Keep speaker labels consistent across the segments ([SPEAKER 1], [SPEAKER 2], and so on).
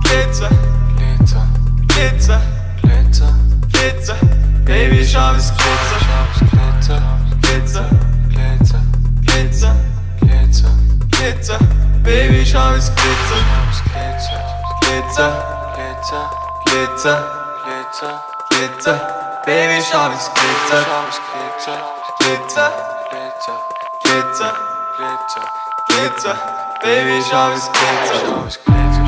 [SPEAKER 1] Glitzer, Glitzer, Glitzer, Glitzer, Glitzer. Baby, schau, wie's glitzer, schau, glitzer, Glitzer, Glitzer, Glitzer, Glitzer, Glitzer. Baby, schau, wie's glitzer, Glitzer, Glitzer, Glitzer, Glitzer, Glitzer, Glitzer. Baby, schau, wie's glitzer, Glitzer, Glitzer, Glitzer, Glitzer, Glitzer, Glitzer. Baby, schau, wie's glitzer,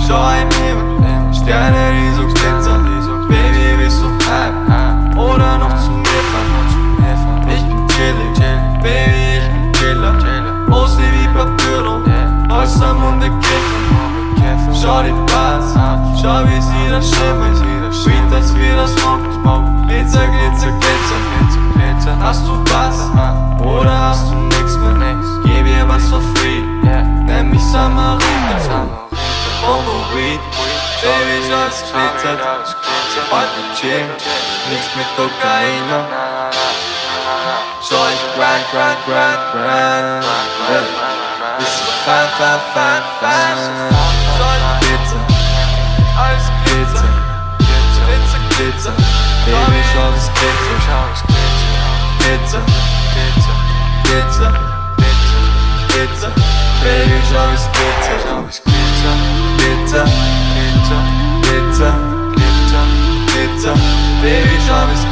[SPEAKER 1] schau ein Himmel, Sterne, die so glitzern. Baby, willst du bleiben oder noch zu mir fahren? Ich bin chillig, Baby, ich bin Killer. Mostly wie Papyro, aus am Mund gegriffen. Schau die Bars an, schau wie sie das schimmelt. Schiet das wie das Morgen, Glitzer, Glitzer, Glitzer, Glitzer. Hast du was oder hast du nix mehr? Gib ihr was for free, nenn mich Samariter. Mono Weed, Baby, schau, es glitzert. Heute chill, nichts mit Kokain. Schau, ich grind, grind, grind, grind. Bist du fan, fan, fan, fan. Schau, ich glitzer, alles glitzer. Glitzer, glitzer. Baby, schau, es glitzert. Glitzer, glitzer, glitzer, glitzer. Baby, schau, es glitzert. Glitzer, glitzer, glitzer, glitzer, glitzer. Baby, schau, es